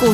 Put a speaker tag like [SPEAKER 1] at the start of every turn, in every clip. [SPEAKER 1] 股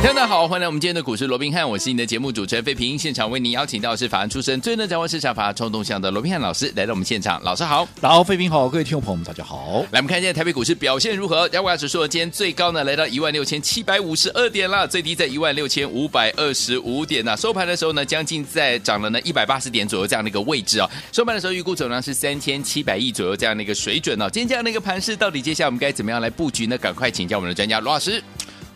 [SPEAKER 2] 大家好，欢迎来我们今天的股市罗宾汉，我是你的节目主持人费平。现场为您邀请到的是法案出身、最能掌握市场法案冲动向的罗宾汉老师来到我们现场，老师好。
[SPEAKER 3] 然后，费平好，各位听众朋友们，大家好。
[SPEAKER 2] 来，我们看一下台北股市表现如何？加股指数今天最高呢来到一万六千七百五十二点啦，最低在一万六千五百二十五点呐、收盘的时候呢，将近在涨了呢一百八十点左右这样的一个位置哦。收盘的时候预估总量是三千七百亿左右这样的一个水准哦。今天这样的一个盘势，到底接下来我们该怎么样来布局呢？赶快请教我们的专家罗老师。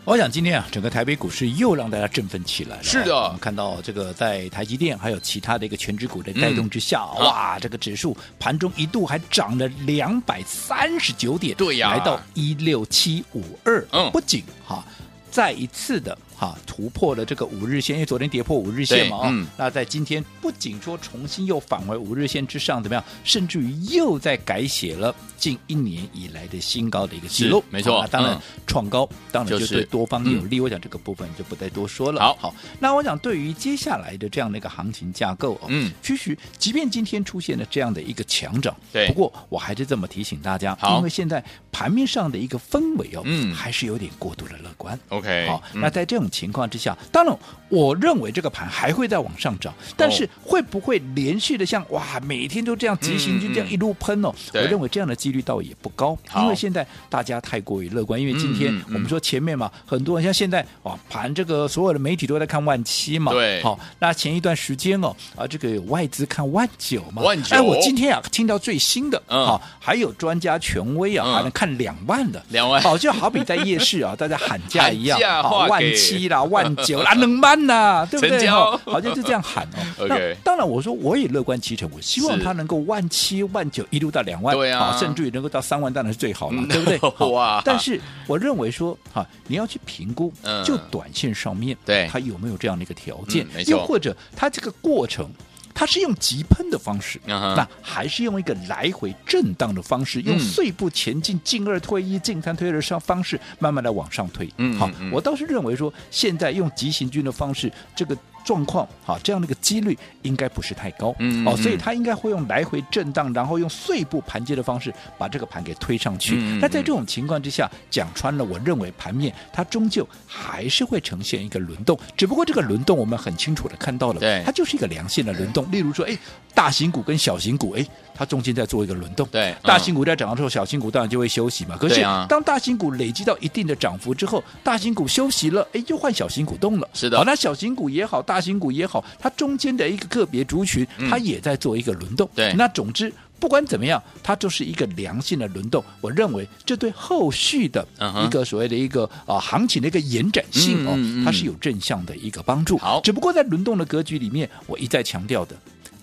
[SPEAKER 3] 我想今天啊，整个台北股市又让大家振奋起来了哦。
[SPEAKER 2] 是的
[SPEAKER 3] 我们看到这个在台积电还有其他的一个全指股的带动之下，
[SPEAKER 2] 嗯
[SPEAKER 3] 哇，这个指数盘中一度还涨了两百三十九点，
[SPEAKER 2] 对呀
[SPEAKER 3] 来到一六七五二，
[SPEAKER 2] 嗯
[SPEAKER 3] 不仅哈。再一次的哈突破了这个五日线，因为昨天跌破五日线嘛，
[SPEAKER 2] 对
[SPEAKER 3] 哦，
[SPEAKER 2] 嗯
[SPEAKER 3] 那在今天不仅说重新又返回五日线之上，怎么样，甚至于又在改写了近一年以来的新高的一个记
[SPEAKER 2] 是
[SPEAKER 3] 录，
[SPEAKER 2] 没错
[SPEAKER 3] 好那当然
[SPEAKER 2] 嗯
[SPEAKER 3] 创高，当然
[SPEAKER 2] 就
[SPEAKER 3] 就是对多方有利。我想这个部分就不再多说了。
[SPEAKER 2] 嗯好
[SPEAKER 3] 好，那我想对于接下来的这样的一个行情架构哦，
[SPEAKER 2] 嗯，
[SPEAKER 3] 其实即便今天出现了这样的一个强涨，
[SPEAKER 2] 对
[SPEAKER 3] 不过我还是这么提醒大家，
[SPEAKER 2] 好
[SPEAKER 3] 因为现在盘面上的一个氛围哦，
[SPEAKER 2] 嗯
[SPEAKER 3] 还是有点过度的乐观。
[SPEAKER 2] OK，
[SPEAKER 3] 好，
[SPEAKER 2] 嗯
[SPEAKER 3] 那在这种情况之下，当然我认为这个盘还会再往上涨，但
[SPEAKER 2] 哦
[SPEAKER 3] 是会不会连续的像哇每天都这样急行
[SPEAKER 2] 嗯
[SPEAKER 3] 军这样
[SPEAKER 2] 嗯
[SPEAKER 3] 一路喷哦？我
[SPEAKER 2] 对
[SPEAKER 3] 认为这样的几率倒也不高，
[SPEAKER 2] 好
[SPEAKER 3] 因为现在大家太过于乐观，因为今天
[SPEAKER 2] 嗯嗯嗯
[SPEAKER 3] 我们说前面嘛，很多人像现在哇盘这个所有的媒体都在看万七嘛，
[SPEAKER 2] 对
[SPEAKER 3] 好，那前一段时间哦啊这个有外资看万九嘛，
[SPEAKER 2] 万九
[SPEAKER 3] 哎，我今天啊听到最新的，
[SPEAKER 2] 嗯
[SPEAKER 3] 好，还有专家权威啊
[SPEAKER 2] 嗯
[SPEAKER 3] 还能看两万的，
[SPEAKER 2] 两万
[SPEAKER 3] 好，就好比在夜市啊，大 家喊价一
[SPEAKER 2] 喊
[SPEAKER 3] 样，
[SPEAKER 2] 价
[SPEAKER 3] 好
[SPEAKER 2] 划
[SPEAKER 3] 万
[SPEAKER 2] 给
[SPEAKER 3] 七啦、万九啦、 能办呐，对不
[SPEAKER 2] 成
[SPEAKER 3] 对？
[SPEAKER 2] 交
[SPEAKER 3] 哈好像就这样喊哦。
[SPEAKER 2] OK
[SPEAKER 3] 那当然，我说我也乐观其成，我希望
[SPEAKER 2] 是
[SPEAKER 3] 它能够万七、万九一路到两万，
[SPEAKER 2] 对啊
[SPEAKER 3] 好甚至于能够到三万，当然是最好了
[SPEAKER 2] 嗯，
[SPEAKER 3] 对 不对？ 好
[SPEAKER 2] 哇
[SPEAKER 3] 但是我认为说，哈，你要去评估
[SPEAKER 2] 嗯，
[SPEAKER 3] 就短线上面，
[SPEAKER 2] 对
[SPEAKER 3] 它有没有这样的一个条件
[SPEAKER 2] 嗯没，错
[SPEAKER 3] 又或者它这个过程。它是用急喷的方式，
[SPEAKER 2] 嗯哼
[SPEAKER 3] 那还是用一个来回震荡的方式，用
[SPEAKER 2] 嗯
[SPEAKER 3] 碎步前进、进二退一、进三退二的上方式，慢慢的往上推。
[SPEAKER 2] 嗯
[SPEAKER 3] 好
[SPEAKER 2] 嗯，嗯
[SPEAKER 3] 我倒是认为说，现在用急行军的方式，这个状况好，这样的一个几率应该不是太高。
[SPEAKER 2] 嗯嗯
[SPEAKER 3] 哦，所以
[SPEAKER 2] 嗯
[SPEAKER 3] 它应该会用来回震荡，然后用碎步盘接的方式把这个盘给推上去。
[SPEAKER 2] 嗯嗯
[SPEAKER 3] 那在
[SPEAKER 2] 嗯
[SPEAKER 3] 这种情况之下，讲穿了，我认为盘面它终究还是会呈现一个轮动，只不过这个轮动我们很清楚的看到了，
[SPEAKER 2] 对
[SPEAKER 3] 它就是一个良性的轮动。例如说，哎，大型股跟小型股，哎，它中间在做一个轮动。
[SPEAKER 2] 对嗯
[SPEAKER 3] 大型股在涨的时候，小型股当然就会休息嘛。可
[SPEAKER 2] 对
[SPEAKER 3] 是
[SPEAKER 2] 啊
[SPEAKER 3] 当大型股累积到一定的涨幅之后，大型股休息了，哎，又换小型股动了。
[SPEAKER 2] 是的
[SPEAKER 3] 好，那小型股也好，大型股也好，它中间的一个个别族群，它也在做一个轮动。
[SPEAKER 2] 嗯对
[SPEAKER 3] 那总之。不管怎么样，它就是一个良性的轮动。我认为这对后续的
[SPEAKER 2] 嗯哼
[SPEAKER 3] 一个所谓的一个啊、行情的一个延展性哦，
[SPEAKER 2] 嗯嗯嗯
[SPEAKER 3] 它是有正向的一个帮助。
[SPEAKER 2] 好
[SPEAKER 3] 只不过在轮动的格局里面，我一再强调的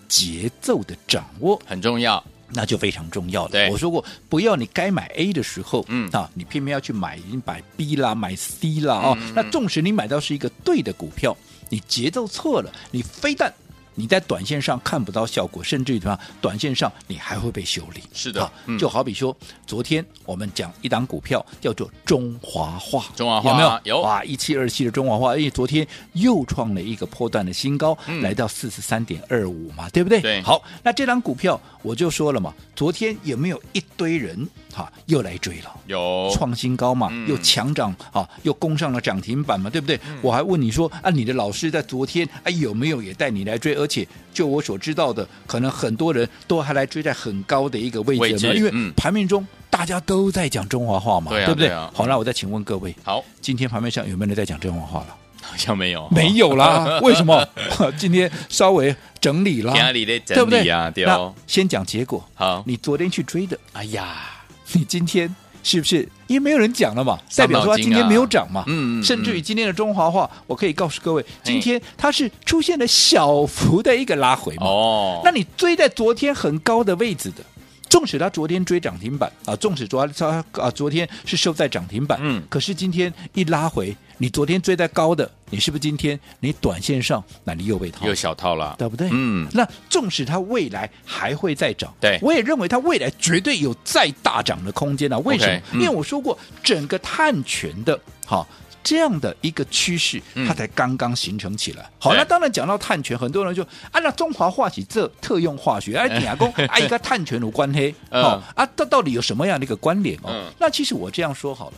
[SPEAKER 3] 节奏的掌握
[SPEAKER 2] 很重要，
[SPEAKER 3] 那就非常重要了
[SPEAKER 2] 对。
[SPEAKER 3] 我说过，不要你该买 A 的时候，
[SPEAKER 2] 嗯
[SPEAKER 3] 啊，你偏偏要去买，你买 B 啦，买 C 啦，哦，
[SPEAKER 2] 嗯
[SPEAKER 3] 那纵使你买到是一个对的股票，你节奏错了，你非但你在短线上看不到效果，甚至于什么样，短线上你还会被修理。
[SPEAKER 2] 是的
[SPEAKER 3] 啊
[SPEAKER 2] 嗯
[SPEAKER 3] 就好比说，昨天我们讲一档股票叫做中华化，
[SPEAKER 2] 中华化
[SPEAKER 3] 有没有？
[SPEAKER 2] 有
[SPEAKER 3] 哇，啊一七二七的中华化，因为昨天又创了一个波段的新高，
[SPEAKER 2] 嗯
[SPEAKER 3] 来到四十三点二五嘛，对不对？
[SPEAKER 2] 对
[SPEAKER 3] 好，那这张股票我就说了嘛，昨天有没有一堆人哈、又来追了？
[SPEAKER 2] 有
[SPEAKER 3] 创新高嘛，
[SPEAKER 2] 嗯
[SPEAKER 3] 又强涨啊，又攻上了涨停板嘛，对不对？我还问你说啊，你的老师在昨天哎有没有也带你来追？而且就我所知道的，可能很多人都还来追在很高的一个位置，
[SPEAKER 2] 位置
[SPEAKER 3] 有没有因
[SPEAKER 2] 嗯
[SPEAKER 3] 为盘面中大家都在讲中华话嘛，
[SPEAKER 2] 对啊
[SPEAKER 3] 不对？
[SPEAKER 2] 对啊
[SPEAKER 3] 好，那我再请问各位，
[SPEAKER 2] 好，
[SPEAKER 3] 今天盘面上有没有人在讲中华话了？
[SPEAKER 2] 好像没有，
[SPEAKER 3] 没有啦， 为什么？ 今天稍微整理啦，
[SPEAKER 2] 家里的整
[SPEAKER 3] 对不对
[SPEAKER 2] 理啊，对
[SPEAKER 3] 那
[SPEAKER 2] 哦，
[SPEAKER 3] 先讲结果，
[SPEAKER 2] 好，
[SPEAKER 3] 你昨天去追的，
[SPEAKER 2] 哎呀，
[SPEAKER 3] 你今天是不是？因为没有人讲了嘛，代
[SPEAKER 2] 伤脑筋啊
[SPEAKER 3] 表说它今天没有涨嘛。
[SPEAKER 2] 嗯嗯
[SPEAKER 3] 甚至于今天的中华话，我可以告诉各位，今天它是出现了小幅的一个拉回嘛。
[SPEAKER 2] 哦，
[SPEAKER 3] 那你追在昨天很高的位置的，纵使它昨天追涨停板啊，纵使昨它啊昨天是收在涨停板，
[SPEAKER 2] 嗯
[SPEAKER 3] 可是今天一拉回，你昨天追在高的，你是不是今天你短线上那你又被套
[SPEAKER 2] 又？小套了，
[SPEAKER 3] 对不对？
[SPEAKER 2] 嗯
[SPEAKER 3] 那纵使它未来还会再涨，
[SPEAKER 2] 对
[SPEAKER 3] 我也认为它未来绝对有再大涨的空间啊。为什么
[SPEAKER 2] OK，嗯
[SPEAKER 3] 因为我说过，整个碳权的，好。这样的一个趋势
[SPEAKER 2] 嗯，
[SPEAKER 3] 它才刚刚形成起来。好，
[SPEAKER 2] 对
[SPEAKER 3] 那当然讲到碳权，很多人就啊，那中华化学这特用 化学，哎，你阿公啊，一个碳权有关黑，
[SPEAKER 2] 嗯
[SPEAKER 3] 哦啊，它到底有什么样的一个关联哦
[SPEAKER 2] 嗯？
[SPEAKER 3] 那其实我这样说好了，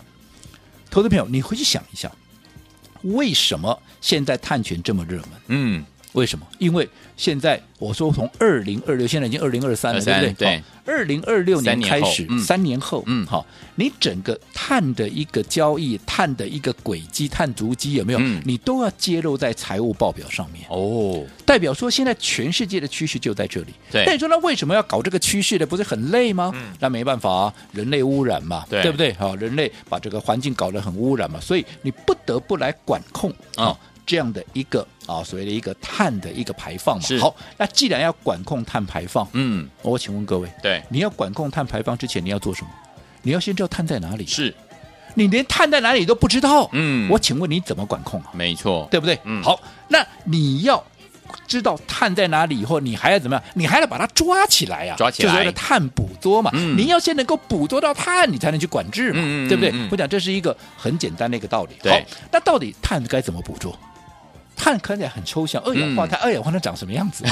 [SPEAKER 3] 投资朋友，你回去想一下，为什么现在碳权这么热门？
[SPEAKER 2] 嗯，
[SPEAKER 3] 为什么？因为现在我说从二零二六，现在已经二零二三了，
[SPEAKER 2] 23
[SPEAKER 3] 对不对？
[SPEAKER 2] 对
[SPEAKER 3] 好。二零二六
[SPEAKER 2] 三
[SPEAKER 3] 年
[SPEAKER 2] 年
[SPEAKER 3] 开
[SPEAKER 2] 后
[SPEAKER 3] 始
[SPEAKER 2] 嗯，
[SPEAKER 3] 三年后，
[SPEAKER 2] 嗯
[SPEAKER 3] 好，你整个碳的一个交易、碳的一个轨迹、碳足迹有没有
[SPEAKER 2] 嗯？
[SPEAKER 3] 你都要揭露在财务报表上面。
[SPEAKER 2] 哦，
[SPEAKER 3] 代表说现在全世界的趋势就在这里。
[SPEAKER 2] 对嗯
[SPEAKER 3] 那你说那为什么要搞这个趋势呢？不是很累吗？那没办法啊，人类污染嘛，
[SPEAKER 2] 对
[SPEAKER 3] 不对？好、人类把这个环境搞得很污染嘛，所以你不得不来管控
[SPEAKER 2] 嗯
[SPEAKER 3] 啊。这样的一个啊，所谓的一个碳的一个排放嘛
[SPEAKER 2] 是。
[SPEAKER 3] 好，那既然要管控碳排放，
[SPEAKER 2] 嗯，
[SPEAKER 3] 我请问各位，
[SPEAKER 2] 对，
[SPEAKER 3] 你要管控碳排放之前，你要做什么？你要先知道碳在哪里。
[SPEAKER 2] 是，
[SPEAKER 3] 你连碳在哪里都不知道，
[SPEAKER 2] 嗯
[SPEAKER 3] 我请问你怎么管控啊？
[SPEAKER 2] 没错，
[SPEAKER 3] 对不对？
[SPEAKER 2] 嗯
[SPEAKER 3] 好，那你要知道碳在哪里以后，你还要怎么样？你还要把它抓起来呀、啊，
[SPEAKER 2] 抓起来
[SPEAKER 3] 就是为了碳捕捉嘛。
[SPEAKER 2] 嗯
[SPEAKER 3] 你要先能够捕捉到碳，你才能去管制嘛，
[SPEAKER 2] 嗯嗯嗯
[SPEAKER 3] 对不对？
[SPEAKER 2] 嗯
[SPEAKER 3] 我讲这是一个很简单的一个道理。
[SPEAKER 2] 对
[SPEAKER 3] 好，那到底碳该怎么捕捉？碳看起来很抽象，二氧化碳，二氧化碳长什么样子？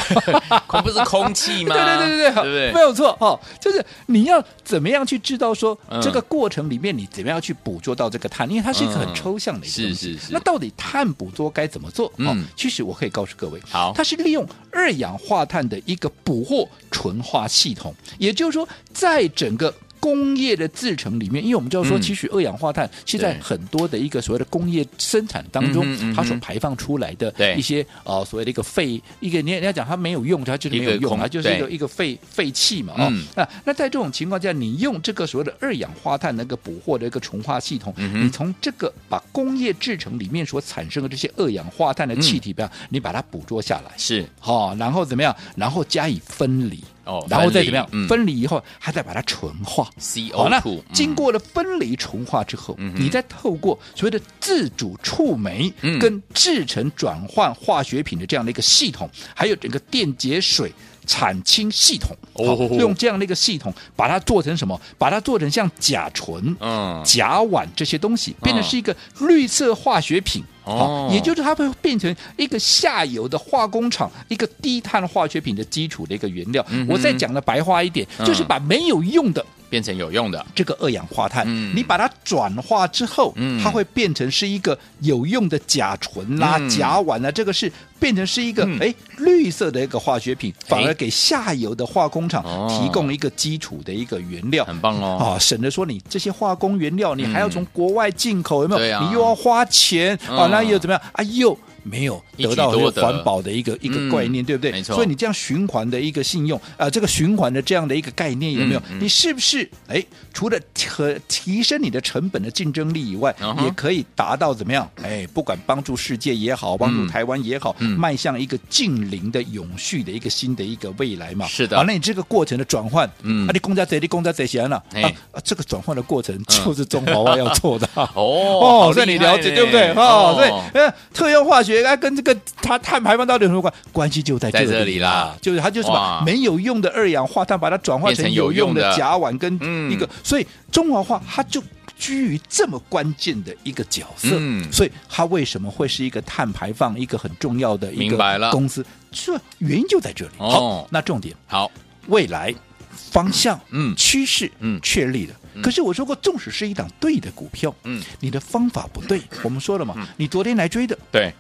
[SPEAKER 2] 空哦不是空气吗？
[SPEAKER 3] 对对对对对，
[SPEAKER 2] 对不
[SPEAKER 3] 没
[SPEAKER 2] 对？
[SPEAKER 3] 有错哦，就是你要怎么样去知道说、
[SPEAKER 2] 嗯
[SPEAKER 3] 这个过程里面你怎么样去捕捉到这个碳，因为它是一个很抽象的一个
[SPEAKER 2] 嗯
[SPEAKER 3] 东西。
[SPEAKER 2] 是是是
[SPEAKER 3] 那到底碳捕捉该怎么做？哦
[SPEAKER 2] 嗯，
[SPEAKER 3] 其实我可以告诉各位，
[SPEAKER 2] 好
[SPEAKER 3] 它是利用二氧化碳的一个捕获纯化系统，也就是说，在整个。工业的制成里面，因为我们知道说，
[SPEAKER 2] 嗯
[SPEAKER 3] 其实二氧化碳是在
[SPEAKER 2] 对
[SPEAKER 3] 很多的一个所谓的工业生产当中
[SPEAKER 2] 嗯哼嗯哼，
[SPEAKER 3] 它所排放出来的
[SPEAKER 2] 对
[SPEAKER 3] 一些呃所谓的一个废一个，你你要讲它没有用，它就是没有
[SPEAKER 2] 一个
[SPEAKER 3] 用，
[SPEAKER 2] 空
[SPEAKER 3] 它就是一个
[SPEAKER 2] 对
[SPEAKER 3] 一个废废气嘛，哦，
[SPEAKER 2] 嗯
[SPEAKER 3] 那那在这种情况下，你用这个所谓的二氧化碳那个捕获的一个纯化系统，
[SPEAKER 2] 嗯哼
[SPEAKER 3] 你从这个把工业制成里面所产生的这些二氧化碳的气体
[SPEAKER 2] 嗯
[SPEAKER 3] 吧，你把它捕捉下来。
[SPEAKER 2] 是，
[SPEAKER 3] 好、然后怎么样？然后加以分离，
[SPEAKER 2] 哦
[SPEAKER 3] 然后
[SPEAKER 2] 分
[SPEAKER 3] 再
[SPEAKER 2] 离
[SPEAKER 3] 怎么样？
[SPEAKER 2] 嗯
[SPEAKER 3] 分离以后，还再把它纯化。
[SPEAKER 2] CO2
[SPEAKER 3] 好，那
[SPEAKER 2] 嗯
[SPEAKER 3] 经过了分离纯化之后，
[SPEAKER 2] 嗯哼
[SPEAKER 3] 你再透过所谓的自主触媒
[SPEAKER 2] 嗯
[SPEAKER 3] 跟制成转换化学品的这样的一个系统，还有整个电解水。产氢系统，
[SPEAKER 2] 哦
[SPEAKER 3] 好用这样的一个系统，把它做成什么？把它做成像甲醇、
[SPEAKER 2] 嗯，
[SPEAKER 3] 甲烷这些东西，变成是一个绿色化学品。
[SPEAKER 2] 啊哦
[SPEAKER 3] 好也就是它会变成一个下游的化工厂一个低碳化学品的基础的一个原料。
[SPEAKER 2] 嗯哼
[SPEAKER 3] 我再讲的白话一点，
[SPEAKER 2] 嗯
[SPEAKER 3] 就是把没有用的
[SPEAKER 2] 变成有用的，
[SPEAKER 3] 这个二氧化碳，
[SPEAKER 2] 嗯
[SPEAKER 3] 你把它转化之后，
[SPEAKER 2] 嗯
[SPEAKER 3] 它会变成是一个有用的甲醇啦、
[SPEAKER 2] 嗯
[SPEAKER 3] 甲烷啊啦，这个是变成是一个
[SPEAKER 2] 嗯
[SPEAKER 3] 哎、绿色的一个化学品，反而给下游的化工厂
[SPEAKER 2] 哦
[SPEAKER 3] 提供一个基础的一个原料。
[SPEAKER 2] 很棒哦，
[SPEAKER 3] 啊，省得说你这些化工原料，你还要从国外进口，有没有？
[SPEAKER 2] 对啊
[SPEAKER 3] 你又要花钱
[SPEAKER 2] 嗯
[SPEAKER 3] 啊，那又怎么样啊？又没有得到
[SPEAKER 2] 一举
[SPEAKER 3] 这
[SPEAKER 2] 多
[SPEAKER 3] 个
[SPEAKER 2] 得
[SPEAKER 3] 环保的一个一
[SPEAKER 2] 嗯
[SPEAKER 3] 个概念，对不对？
[SPEAKER 2] 没错
[SPEAKER 3] 所以你这样循环的一个信用啊、这个循环的这样的一个概念有没有？
[SPEAKER 2] 嗯嗯
[SPEAKER 3] 你是不是哎，除了和提升你的成本的竞争力以外，
[SPEAKER 2] 嗯哼
[SPEAKER 3] 也可以达到怎么样？哎，不管帮助世界也好，帮助
[SPEAKER 2] 嗯
[SPEAKER 3] 台湾也好，
[SPEAKER 2] 嗯
[SPEAKER 3] 迈向一个近邻的永续的一个新的一个未来嘛？
[SPEAKER 2] 是的
[SPEAKER 3] 啊，那你这个过程的转换，
[SPEAKER 2] 嗯
[SPEAKER 3] 啊，你公家贼，你公家贼闲了
[SPEAKER 2] 哎嗯
[SPEAKER 3] 啊啊，这个转换的过程就是中华话要做 的。
[SPEAKER 2] 哦好
[SPEAKER 3] 所以
[SPEAKER 2] 厉
[SPEAKER 3] 你
[SPEAKER 2] 害
[SPEAKER 3] 了解
[SPEAKER 2] 呢
[SPEAKER 3] 对不对？哦，
[SPEAKER 2] 哦
[SPEAKER 3] 所以呃，特用化学它跟这个它碳排放到底有什么关关系？就在
[SPEAKER 2] 在
[SPEAKER 3] 这
[SPEAKER 2] 这里
[SPEAKER 3] 里啊
[SPEAKER 2] 啦
[SPEAKER 3] 就是它就是把
[SPEAKER 2] 哇
[SPEAKER 3] 没有用的二氧化碳把它转化
[SPEAKER 2] 变
[SPEAKER 3] 成
[SPEAKER 2] 成
[SPEAKER 3] 有
[SPEAKER 2] 有用
[SPEAKER 3] 用
[SPEAKER 2] 的
[SPEAKER 3] 的甲烷跟
[SPEAKER 2] 嗯
[SPEAKER 3] 一个，所以中华话它就。居于这么关键的一个角色，
[SPEAKER 2] 嗯
[SPEAKER 3] 所以它为什么会是一个碳排放一个很重要的一
[SPEAKER 2] 明白了
[SPEAKER 3] 个公司？这原因就在这里。
[SPEAKER 2] 哦
[SPEAKER 3] 好，那重点
[SPEAKER 2] 好，
[SPEAKER 3] 未来方向、
[SPEAKER 2] 嗯
[SPEAKER 3] 趋势、
[SPEAKER 2] 嗯
[SPEAKER 3] 确立了。可是我说过，纵使是一档对的股票，
[SPEAKER 2] 嗯，
[SPEAKER 3] 你的方法不对，我们说了嘛，你昨天来追的，
[SPEAKER 2] 对，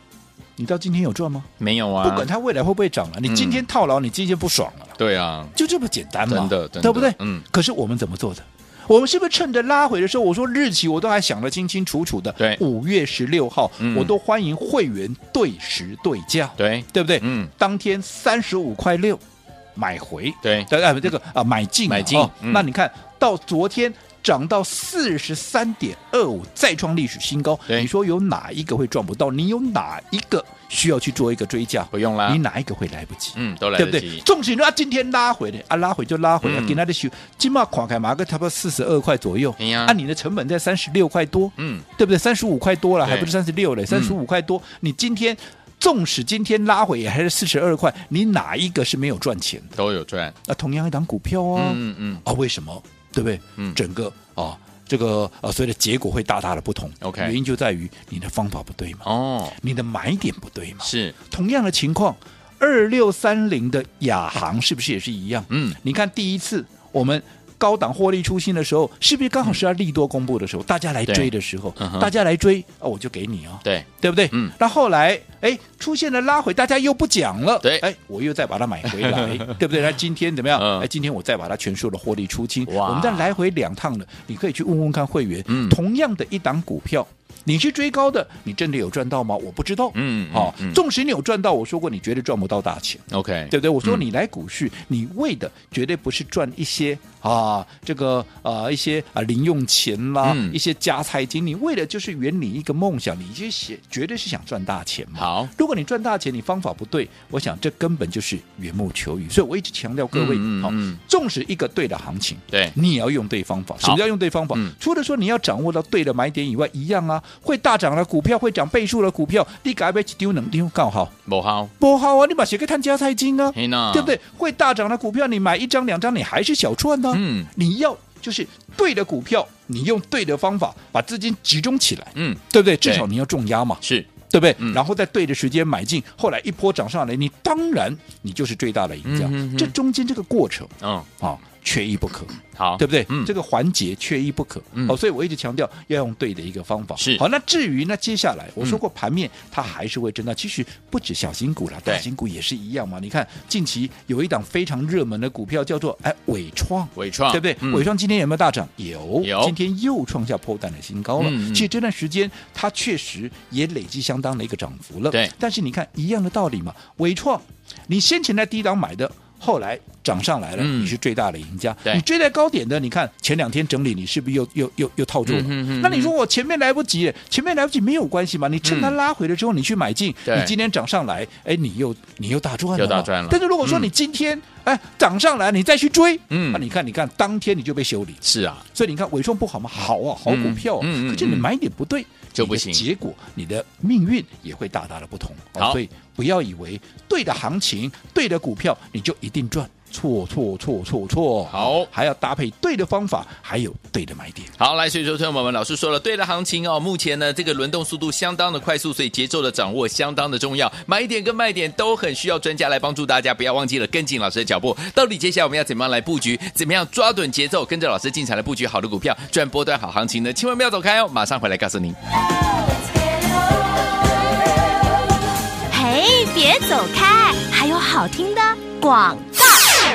[SPEAKER 3] 你到今天有赚吗？
[SPEAKER 2] 没有啊，
[SPEAKER 3] 不管它未来会不会涨了，
[SPEAKER 2] 嗯
[SPEAKER 3] 你今天套牢，你今天不爽了，
[SPEAKER 2] 对啊，
[SPEAKER 3] 就这么简单嘛，
[SPEAKER 2] 真的真的
[SPEAKER 3] 对不对？
[SPEAKER 2] 嗯。
[SPEAKER 3] 可是我们怎么做的？我们是不是趁着拉回的时候，我说日期我都还想得清清楚楚的，
[SPEAKER 2] 对
[SPEAKER 3] 五月十六号，
[SPEAKER 2] 嗯
[SPEAKER 3] 我都欢迎会员对时对价，
[SPEAKER 2] 对，
[SPEAKER 3] 对不对？
[SPEAKER 2] 嗯，
[SPEAKER 3] 当天三十五块六买回，
[SPEAKER 2] 对
[SPEAKER 3] 呃对，哎，这个啊买进嘛，
[SPEAKER 2] 买进
[SPEAKER 3] 哦
[SPEAKER 2] 嗯
[SPEAKER 3] 那你看到昨天涨到四十三点二五，再创历史新高。
[SPEAKER 2] 对
[SPEAKER 3] 你说有哪一个会赚不到？你有哪一个需要去做一个追加？
[SPEAKER 2] 不用啦
[SPEAKER 3] 你哪一个会来不及？
[SPEAKER 2] 啊嗯，都来
[SPEAKER 3] 对不
[SPEAKER 2] 得
[SPEAKER 3] 对？
[SPEAKER 2] 及。
[SPEAKER 3] 纵使你说啊，今天拉回的啊，拉回就拉回啊
[SPEAKER 2] 嗯，
[SPEAKER 3] 给他的修，今嘛垮开马个差不多四十二块左右，
[SPEAKER 2] 哎呀
[SPEAKER 3] 啊，你的成本在三十六块多，
[SPEAKER 2] 嗯，
[SPEAKER 3] 对不对？三十五块多了，
[SPEAKER 2] 对嗯
[SPEAKER 3] 还不是三十六嘞，三十五块多，你今天纵使今天拉回也还是四十二块，你哪一个是没有赚钱的？
[SPEAKER 2] 都有赚。
[SPEAKER 3] 啊，同样一档股票哦，
[SPEAKER 2] 嗯嗯嗯
[SPEAKER 3] 啊，为什么？对不对？
[SPEAKER 2] 嗯
[SPEAKER 3] 整个啊，这个啊，所以的结果会大大的不同。
[SPEAKER 2] OK
[SPEAKER 3] 原因就在于你的方法不对嘛，
[SPEAKER 2] 哦，
[SPEAKER 3] 你的买点不对嘛。
[SPEAKER 2] 是，
[SPEAKER 3] 同样的情况，二六三零的亚航是不是也是一样？
[SPEAKER 2] 嗯，
[SPEAKER 3] 你看第一次我们。高档获利出新的时候，是不是刚好是要利多公布的时候，大家来
[SPEAKER 2] 嗯对
[SPEAKER 3] 追的时候，
[SPEAKER 2] 嗯哼
[SPEAKER 3] 大家来追啊，我就给你啊、
[SPEAKER 2] 对，
[SPEAKER 3] 对不对？
[SPEAKER 2] 嗯
[SPEAKER 3] 那后来哎出现了拉回，大家又不讲了，
[SPEAKER 2] 对
[SPEAKER 3] 哎，我又再把它买回 来，对不对？那今天怎么样？
[SPEAKER 2] 嗯
[SPEAKER 3] 哎，今天我再把它全数的获利出清，
[SPEAKER 2] 哇
[SPEAKER 3] 我们再来回两趟了，你可以去问问看会员，
[SPEAKER 2] 嗯
[SPEAKER 3] 同样的一档股票。你去追高的，你真的有赚到吗？我不知道。
[SPEAKER 2] 嗯嗯
[SPEAKER 3] 好、
[SPEAKER 2] 嗯
[SPEAKER 3] 纵使你有赚到，我说过你绝对赚不到大钱。
[SPEAKER 2] OK，
[SPEAKER 3] 对不对？我说
[SPEAKER 2] 嗯
[SPEAKER 3] 你来股市，你为的绝对不是赚一些啊，这个啊一些啊零用钱啦，
[SPEAKER 2] 嗯
[SPEAKER 3] 一些加菜金，你为的就是圆你一个梦想，你就写绝对是想赚大钱嘛。
[SPEAKER 2] 好，
[SPEAKER 3] 如果你赚大钱，你方法不对，我想这根本就是缘木求鱼。所以我一直强调各位，
[SPEAKER 2] 嗯嗯
[SPEAKER 3] 好、
[SPEAKER 2] 嗯
[SPEAKER 3] 纵使一个对的行情，
[SPEAKER 2] 对，
[SPEAKER 3] 你也要用对方法。
[SPEAKER 2] 好
[SPEAKER 3] 什么叫用对方法？
[SPEAKER 2] 嗯
[SPEAKER 3] 除了说你要掌握到对的买点以外，一样啊，会大涨的股票，会涨倍数的股票，你改被丢能丢刚好。
[SPEAKER 2] 某号，
[SPEAKER 3] 不好啊，你把鞋给探加财经啊，
[SPEAKER 2] 嘿呐，
[SPEAKER 3] 对不？对？会大涨的股票，你买一张两张，你还是小赚呢、
[SPEAKER 2] 嗯
[SPEAKER 3] 你要就是对的股票，你用对的方法把资金集中起来，
[SPEAKER 2] 嗯，
[SPEAKER 3] 对不对？至少你要重压嘛，
[SPEAKER 2] 是，
[SPEAKER 3] 对不对？
[SPEAKER 2] 嗯
[SPEAKER 3] 然后在对的时间买进，后来一波涨上来，你当然你就是最大的赢家。
[SPEAKER 2] 嗯哼哼
[SPEAKER 3] 这中间这个过程
[SPEAKER 2] 嗯，
[SPEAKER 3] 啊，缺一不可。
[SPEAKER 2] 好，
[SPEAKER 3] 对不对？
[SPEAKER 2] 嗯，
[SPEAKER 3] 这个环节缺一不可。
[SPEAKER 2] 嗯
[SPEAKER 3] 好，所以我一直强调要用对的一个方法。
[SPEAKER 2] 是
[SPEAKER 3] 好，那至于呢，接下来我说过盘面它还是会震荡，其实不止小型股啦，
[SPEAKER 2] 对
[SPEAKER 3] 大型股也是一样嘛。你看近期有一档非常热门的股票叫做哎伟创。
[SPEAKER 2] 伟创，
[SPEAKER 3] 对不对？
[SPEAKER 2] 嗯
[SPEAKER 3] 伟创今天有没有大涨？有，
[SPEAKER 2] 有
[SPEAKER 3] 今天又创下破蛋的新高了。
[SPEAKER 2] 嗯嗯
[SPEAKER 3] 其实这段时间它确实也累积相当的一个涨幅了。
[SPEAKER 2] 对
[SPEAKER 3] 但是你看一样的道理嘛，伟创你先前在低档买的。后来涨上来了，
[SPEAKER 2] 嗯
[SPEAKER 3] 你是最大的赢家。
[SPEAKER 2] 对
[SPEAKER 3] 你追在高点的，你看前两天整理，你是不是又又又又套住了？
[SPEAKER 2] 嗯哼哼
[SPEAKER 3] 那你说我前面来不及，前面来不及没有关系嘛？你趁它
[SPEAKER 2] 嗯
[SPEAKER 3] 拉回了之后，你去买进，
[SPEAKER 2] 对
[SPEAKER 3] 你今天涨上来，哎，你又你又大赚了嘛，
[SPEAKER 2] 又大赚了
[SPEAKER 3] 但是如果说
[SPEAKER 2] 嗯
[SPEAKER 3] 你今天、哎涨上来，你再去追，
[SPEAKER 2] 嗯
[SPEAKER 3] 那你看，你看，当天你就被修理，
[SPEAKER 2] 是啊，
[SPEAKER 3] 所以你看伟创不好吗？好啊，好股票、啊，
[SPEAKER 2] 嗯嗯嗯
[SPEAKER 3] 可是你买点不对
[SPEAKER 2] 就不行
[SPEAKER 3] 你的结果你的命运也会大大的不同。
[SPEAKER 2] 好
[SPEAKER 3] 所以不要以为对的行情、对的股票你就一定赚，错错错错错，
[SPEAKER 2] 好
[SPEAKER 3] 还要搭配对的方法，还有对的买点。
[SPEAKER 2] 好，来，所以说，听我们老师说了，对的行情哦，目前呢这个轮动速度相当的快速，所以节奏的掌握相当的重要，买点跟卖点都很需要专家来帮助大家，不要忘记了跟紧老师的脚步。到底接下来我们要怎么样来布局？怎么样抓准节奏，跟着老师进场来布局好的股票，赚波段好行情呢？千万不要走开哦，马上回来告诉您。
[SPEAKER 1] 嘿，别走开，还有好听的广。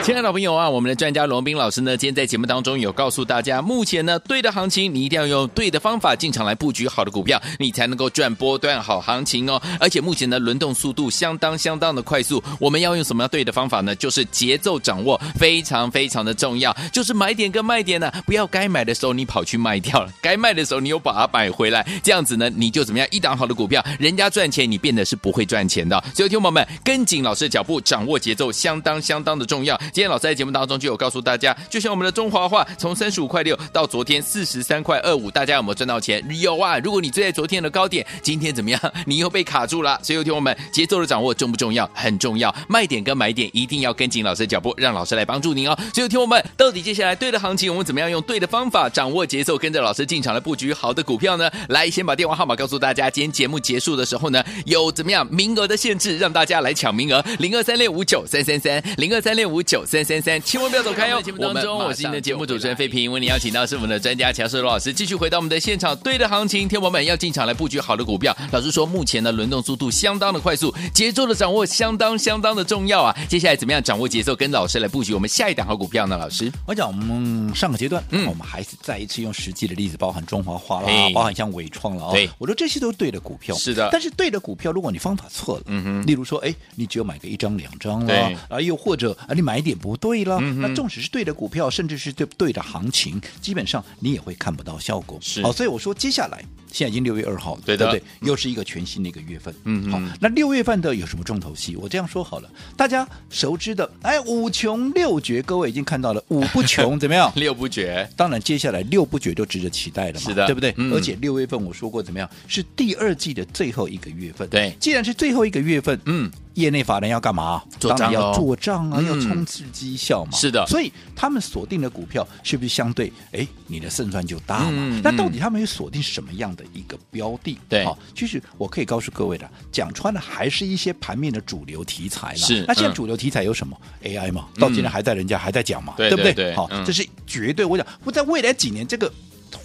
[SPEAKER 2] 亲爱的朋友啊，我们的专家罗斌老师呢，今天在节目当中有告诉大家，目前呢对的行情，你一定要用对的方法进场来布局好的股票，你才能够赚波段好行情哦。而且目前呢轮动速度相当相当的快速，我们要用什么样对的方法呢？就是节奏掌握非常非常的重要，就是买点跟卖点呢、不要该买的时候你跑去卖掉了，该卖的时候你又把它买回来，这样子呢你就怎么样一档好的股票，人家赚钱你变得是不会赚钱的。所以听众朋友们跟紧老师的脚步，掌握节奏相当相当的重要。今天老师在节目当中就有告诉大家，就像我们的中华话从三十五块六到昨天四十三块二五，大家有没有赚到钱？有啊！如果你追在昨天的高点，今天怎么样？你又被卡住了。所以听我们节奏的掌握重不重要？很重要，卖点跟买点一定要跟紧老师的脚步，让老师来帮助您哦。所以听我们到底接下来对的行情，我们怎么样用对的方法掌握节奏，跟着老师进场来布局好的股票呢？来，先把电话号码告诉大家，今天节目结束的时候呢，有怎么样名额的限制，让大家来抢名额，零二三六五九三三三，零二三六五九三三三，千万不要走开哦。节目当中，我是您的节目主持人费平，为您邀请到是我们的专家乔世罗老师，继续回到我们的现场。对的行情，天王们要进场来布局好的股票。老师说，目前呢轮动速度相当的快速，节奏的掌握相当相当的重要啊。接下来怎么样掌握节奏，跟老师来布局我们下一档好股票呢？老师，
[SPEAKER 3] 我讲我们上个阶段，
[SPEAKER 2] 嗯
[SPEAKER 3] 我们还是再一次用实际的例子，包含中华化啦
[SPEAKER 2] 嘿，
[SPEAKER 3] 包含像伟创了啊、
[SPEAKER 2] 对
[SPEAKER 3] 我说这些都是对的股票，
[SPEAKER 2] 是的
[SPEAKER 3] 但是对的股票，如果你方法错了，嗯哼，例如说，哎，你只有买个一张两张
[SPEAKER 2] 对
[SPEAKER 3] 啦，啊，又或者啊，你买点不对了。
[SPEAKER 2] 嗯哼
[SPEAKER 3] 那纵使是对的股票，甚至是对对的行情，基本上你也会看不到效果。
[SPEAKER 2] 是
[SPEAKER 3] 好，所以我说接下来现在已经六月二号了，
[SPEAKER 2] 对的
[SPEAKER 3] 不对？又是一个全新的一个月份。
[SPEAKER 2] 嗯
[SPEAKER 3] 好
[SPEAKER 2] 嗯，
[SPEAKER 3] 那六月份的有什么重头戏？我这样说好了，大家熟知的，哎，五穷六绝，各位已经看到了，五不穷怎么样？
[SPEAKER 2] 六不绝，
[SPEAKER 3] 当然，接下来六不绝就值得期待了嘛，
[SPEAKER 2] 是的
[SPEAKER 3] 对不对？
[SPEAKER 2] 嗯
[SPEAKER 3] 而且六月份我说过怎么样，是第二季的最后一个月份。
[SPEAKER 2] 对
[SPEAKER 3] 既然是最后一个月份，
[SPEAKER 2] 嗯，
[SPEAKER 3] 业内法人要干嘛？
[SPEAKER 2] 做账
[SPEAKER 3] 当然
[SPEAKER 2] 咯
[SPEAKER 3] 要做账啊，
[SPEAKER 2] 嗯
[SPEAKER 3] 要冲刺绩效嘛。
[SPEAKER 2] 是的
[SPEAKER 3] 所以他们锁定的股票是不是相对，哎，你的胜算就大嘛？
[SPEAKER 2] 嗯
[SPEAKER 3] 那到底他们有锁定什么样的一个标的？
[SPEAKER 2] 对
[SPEAKER 3] 好，其实我可以告诉各位的，讲穿了还是一些盘面的主流题材了。
[SPEAKER 2] 是
[SPEAKER 3] 那现在
[SPEAKER 2] 嗯
[SPEAKER 3] 主流题材有什么？AI 嘛，到今天还在人家还在讲嘛，
[SPEAKER 2] 对
[SPEAKER 3] 不
[SPEAKER 2] 对对
[SPEAKER 3] 对？好
[SPEAKER 2] 嗯，
[SPEAKER 3] 这是绝对，我讲，我在未来几年这个。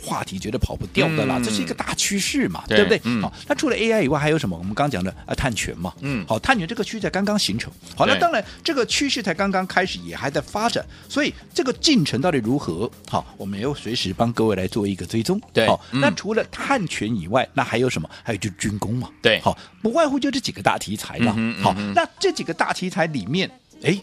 [SPEAKER 3] 话题绝对跑不掉的啦，
[SPEAKER 2] 嗯
[SPEAKER 3] 这是一个大趋势嘛，
[SPEAKER 2] 对
[SPEAKER 3] 对不对？
[SPEAKER 2] 嗯
[SPEAKER 3] 好，那除了 AI 以外，还有什么？我们刚刚讲的啊，碳权嘛，
[SPEAKER 2] 嗯
[SPEAKER 3] 好，碳权这个趋势才刚刚形成。好，那
[SPEAKER 2] 对
[SPEAKER 3] 当然这个趋势才刚刚开始，也还在发展，所以这个进程到底如何？好，我们也要随时帮各位来做一个追踪。
[SPEAKER 2] 对
[SPEAKER 3] 好，
[SPEAKER 2] 嗯
[SPEAKER 3] 那除了碳权以外，那还有什么？还有就是军工嘛，
[SPEAKER 2] 对
[SPEAKER 3] 好，不外乎就这几个大题材啦。
[SPEAKER 2] 嗯哼
[SPEAKER 3] 好
[SPEAKER 2] 嗯哼，
[SPEAKER 3] 那这几个大题材里面，哎。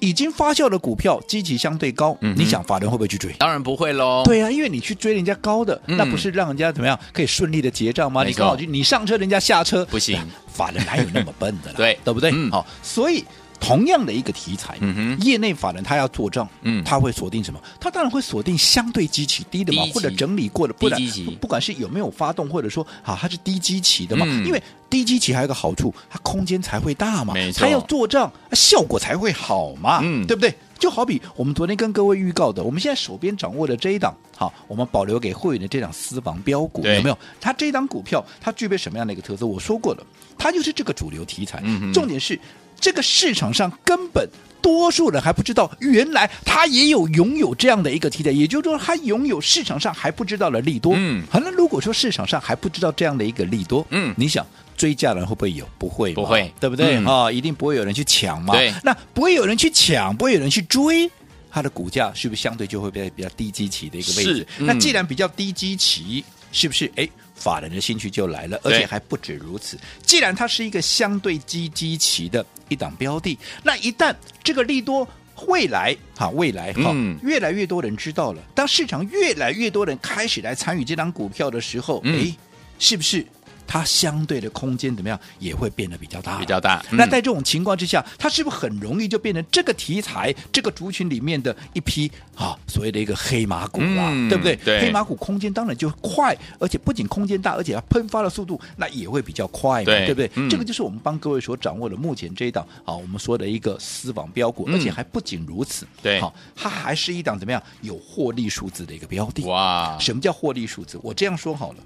[SPEAKER 3] 已经发酵的股票，基期相对高，
[SPEAKER 2] 嗯哼
[SPEAKER 3] 你想法人会不会去追？
[SPEAKER 2] 当然不会喽。
[SPEAKER 3] 对啊，因为你去追人家高的，
[SPEAKER 2] 嗯
[SPEAKER 3] 那不是让人家怎么样可以顺利的结账吗？
[SPEAKER 2] 没错
[SPEAKER 3] 你刚好就你上车，人家下车，
[SPEAKER 2] 不行
[SPEAKER 3] 哎法人哪有那么笨的 啦？
[SPEAKER 2] 对
[SPEAKER 3] 对不对？
[SPEAKER 2] 嗯
[SPEAKER 3] 好，所以。同样的一个题材，
[SPEAKER 2] 嗯哼
[SPEAKER 3] 业内法人他要做账，
[SPEAKER 2] 嗯
[SPEAKER 3] 他会锁定什么？他当然会锁定相对基期低的嘛
[SPEAKER 2] 低，基
[SPEAKER 3] 或者整理过的，不然
[SPEAKER 2] 低基期
[SPEAKER 3] 不不管是有没有发动，或者说啊，它是低基期的嘛，
[SPEAKER 2] 嗯
[SPEAKER 3] 因为低基期还有一个好处，它空间才会大嘛
[SPEAKER 2] 没，错
[SPEAKER 3] 它要做账，啊效果才会好嘛，
[SPEAKER 2] 嗯
[SPEAKER 3] 对不对？就好比我们昨天跟各位预告的，我们现在手边掌握的这一档，好，我们保留给会员的这档私房标股，
[SPEAKER 2] 对
[SPEAKER 3] 有没有？它这一档股票，它具备什么样的一个特色？我说过了，它就是这个主流题材。
[SPEAKER 2] 嗯哼
[SPEAKER 3] 重点是这个市场上根本。多数人还不知道，原来它也有拥有这样的一个题材，也就是说，它拥有市场上还不知道的利多。
[SPEAKER 2] 嗯
[SPEAKER 3] 好，那如果说市场上还不知道这样的一个利多，
[SPEAKER 2] 嗯
[SPEAKER 3] 你想追价人会不会有？不会嘛，
[SPEAKER 2] 不会
[SPEAKER 3] 对不对？啊、
[SPEAKER 2] 嗯
[SPEAKER 3] 一定不会有人去抢嘛。
[SPEAKER 2] 对
[SPEAKER 3] 那不会有人去抢，不会有人去追，它的股价是不是相对就会比较比较低基期的一个位
[SPEAKER 2] 是
[SPEAKER 3] 置？
[SPEAKER 2] 嗯
[SPEAKER 3] 那既然比较低基期，是不是哎？法人的兴趣就来了，而
[SPEAKER 2] 对
[SPEAKER 3] 且还不止如此。既然它是一个相对低基期的一档标的，那一旦这个利多未来哈、未来哈、
[SPEAKER 2] 嗯
[SPEAKER 3] 越来越多人知道了，当市场越来越多人开始来参与这档股票的时候，哎、
[SPEAKER 2] 嗯
[SPEAKER 3] 是不是它相对的空间怎么样也会变得比较大了？
[SPEAKER 2] 比较大。嗯
[SPEAKER 3] 那在这种情况之下，它是不是很容易就变成这个题材、这个族群里面的一批啊所谓的一个黑马股啦，
[SPEAKER 2] 嗯
[SPEAKER 3] 对不对？
[SPEAKER 2] 对
[SPEAKER 3] 黑马股空间当然就快，而且不仅空间大，而且它喷发的速度那也会比较快嘛，
[SPEAKER 2] 对
[SPEAKER 3] 不对、
[SPEAKER 2] 嗯
[SPEAKER 3] 这个就是我们帮各位所掌握的目前这一档啊，我们说的一个私房标股，
[SPEAKER 2] 嗯
[SPEAKER 3] 而且还不仅如此，
[SPEAKER 2] 对
[SPEAKER 3] 好，它还是一档怎么样有获利数字的一个标的。
[SPEAKER 2] 哇，
[SPEAKER 3] 什么叫获利数字？我这样说好了，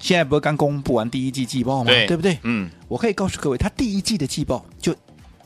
[SPEAKER 3] 现在不是刚公布完第一季季报吗？
[SPEAKER 2] 对
[SPEAKER 3] 不对？
[SPEAKER 2] 嗯
[SPEAKER 3] 我可以告诉各位，它第一季的季报就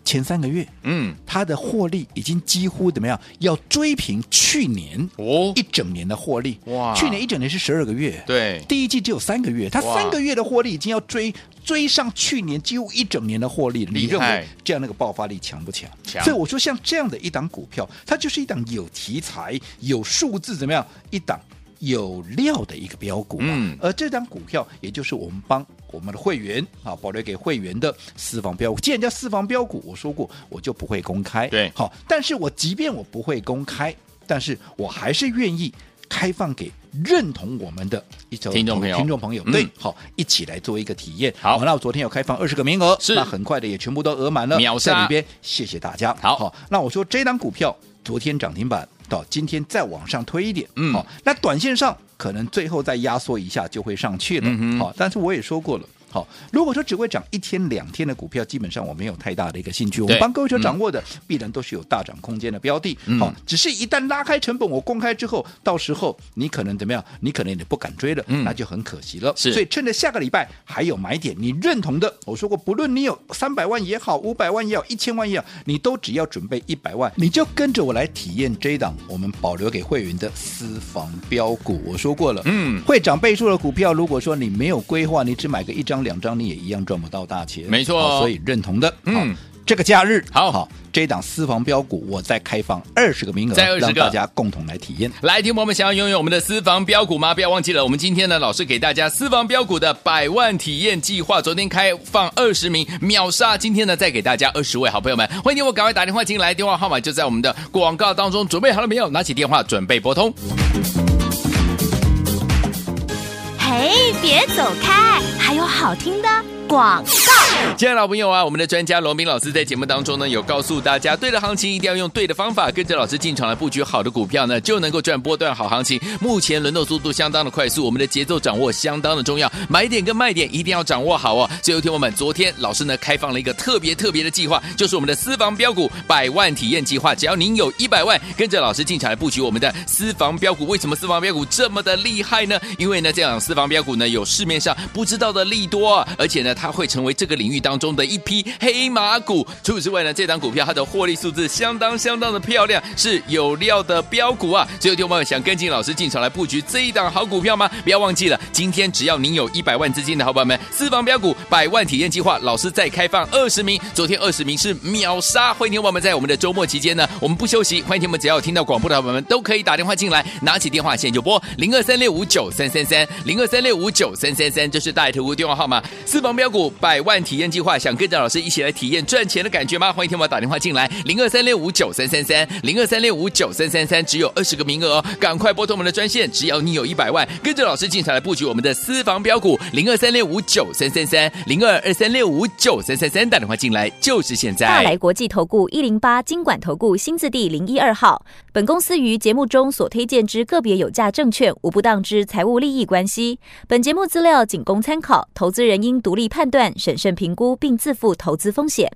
[SPEAKER 3] 前三个月，
[SPEAKER 2] 嗯，
[SPEAKER 3] 它的获利已经几乎怎么样？要追平去年
[SPEAKER 2] 哦
[SPEAKER 3] 一，整年的获利。
[SPEAKER 2] 哇
[SPEAKER 3] 去年一整年是十二个月，
[SPEAKER 2] 对，
[SPEAKER 3] 第一季只有三个月，它
[SPEAKER 2] 哇
[SPEAKER 3] 三个月的获利已经要追追上去年几乎一整年的获利了。你
[SPEAKER 2] 厉
[SPEAKER 3] 认
[SPEAKER 2] 害
[SPEAKER 3] 为这样的一个爆发力强不强？
[SPEAKER 2] 强
[SPEAKER 3] 所以我说，像这样的一档股票，它就是一档有题材、有数字怎么样一档。有料的一个标股嘛，
[SPEAKER 2] 嗯
[SPEAKER 3] 而这张股票也就是我们帮我们的会员啊保留给会员的私房标股。既然叫私房标股，我说过我就不会公开，
[SPEAKER 2] 对
[SPEAKER 3] 好，但是我即便我不会公开，但是我还是愿意开放给认同我们的一种
[SPEAKER 2] 听众朋友
[SPEAKER 3] 听众朋友，
[SPEAKER 2] 嗯
[SPEAKER 3] 对，好，一起来做一个体验。
[SPEAKER 2] 好
[SPEAKER 3] 那我昨天有开放二十个名额，
[SPEAKER 2] 是
[SPEAKER 3] 那很快的也全部都额满了，
[SPEAKER 2] 秒杀
[SPEAKER 3] 在里边，谢谢大家。
[SPEAKER 2] 好
[SPEAKER 3] 那我说这档股票昨天涨停板到今天再往上推一点，
[SPEAKER 2] 嗯
[SPEAKER 3] 好，那短线上可能最后再压缩一下就会上去了，
[SPEAKER 2] 嗯哼
[SPEAKER 3] 好，但是我也说过了。好，如果说只会涨一天两天的股票，基本上我没有太大的一个兴趣。我们
[SPEAKER 2] 对
[SPEAKER 3] 帮各位所掌握的，必然都是有大涨空间的标的。
[SPEAKER 2] 嗯
[SPEAKER 3] 好，只是一旦拉开成本，我公开之后，到时候你可能怎么样？你可能也不敢追了，
[SPEAKER 2] 嗯
[SPEAKER 3] 那就很可惜了。
[SPEAKER 2] 是
[SPEAKER 3] 所以趁着下个礼拜还有买点，你认同的，我说过，不论你有三百万也好，五百万也好，一千万也好，你都只要准备一百万，你就跟着我来体验这一档我们保留给会员的私房标股。我说过了，
[SPEAKER 2] 嗯
[SPEAKER 3] 会涨倍数的股票，如果说你没有规划，你只买个一张两张，你也一样赚不到大钱。
[SPEAKER 2] 没错
[SPEAKER 3] 好所以认同的，
[SPEAKER 2] 嗯
[SPEAKER 3] 好。这个假日
[SPEAKER 2] 好
[SPEAKER 3] 这一档私房标股我再开放二十个名额，
[SPEAKER 2] 再20个
[SPEAKER 3] 让大家共同来体验。
[SPEAKER 2] 来，听众朋友们，想要拥有我们的私房标股吗？不要忘记了，我们今天呢，老师给大家私房标股的百万体验计划，昨天开放二十名，秒杀！今天呢，再给大家二十位好朋友们，欢迎你我赶快打电话进来，电话号码就在我们的广告当中，准备好了没有？拿起电话，准备拨通。
[SPEAKER 1] 嘿，别走开，还有好听的广告。
[SPEAKER 2] 亲爱的老朋友啊，我们的专家罗明老师在节目当中呢，有告诉大家，对的行情一定要用对的方法，跟着老师进场来布局好的股票呢，就能够赚波段好行情。目前轮动速度相当的快速，我们的节奏掌握相当的重要，买点跟卖点一定要掌握好哦。所以，听我们昨天老师呢开放了一个特别特别的计划，就是我们的私房标股百万体验计划，只要您有一百万，跟着老师进场来布局我们的私房标股。为什么私房标股这么的厉害呢？因为呢，这样私房标股呢有市面上不知道的利多啊，而且呢，它会成为这个领域当中的一匹黑马股。除此之外呢，这档股票它的获利数字相当相当的漂亮，是有料的标股啊。所以，听众朋友想跟进老师进场来布局这一档好股票吗？不要忘记了，今天只要您有一百万资金的好朋友们，私房标股百万体验计划，老师再开放二十名，昨天二十名是秒杀。欢迎听众朋友们在我们的周末期间呢，我们不休息，欢迎听众们只要有听到广播的好朋友们都可以打电话进来，拿起电话线就拨零二三六五九三三三零二三六五九三三三，这是大爱投顾电话号码。私房标股百万体验计划，想跟着老师一起来体验赚钱的感觉吗？欢迎听我打电话进来，零二三六五九三三三零二三六五九三三三，只有二十个名额哦，赶快拨通我们的专线，只要你有一百万，跟着老师进场来布局我们的私房标股零二三六五九三三三零二二三六五九三三三，打电话进来就是现在。
[SPEAKER 4] 大来国际投顾一零八金管投顾新字第零一二号。本公司于节目中所推荐之个别有价证券，无不当之财务利益关系。本节目资料仅供参考，投资人应独立判断、审慎评估，并自负投资风险。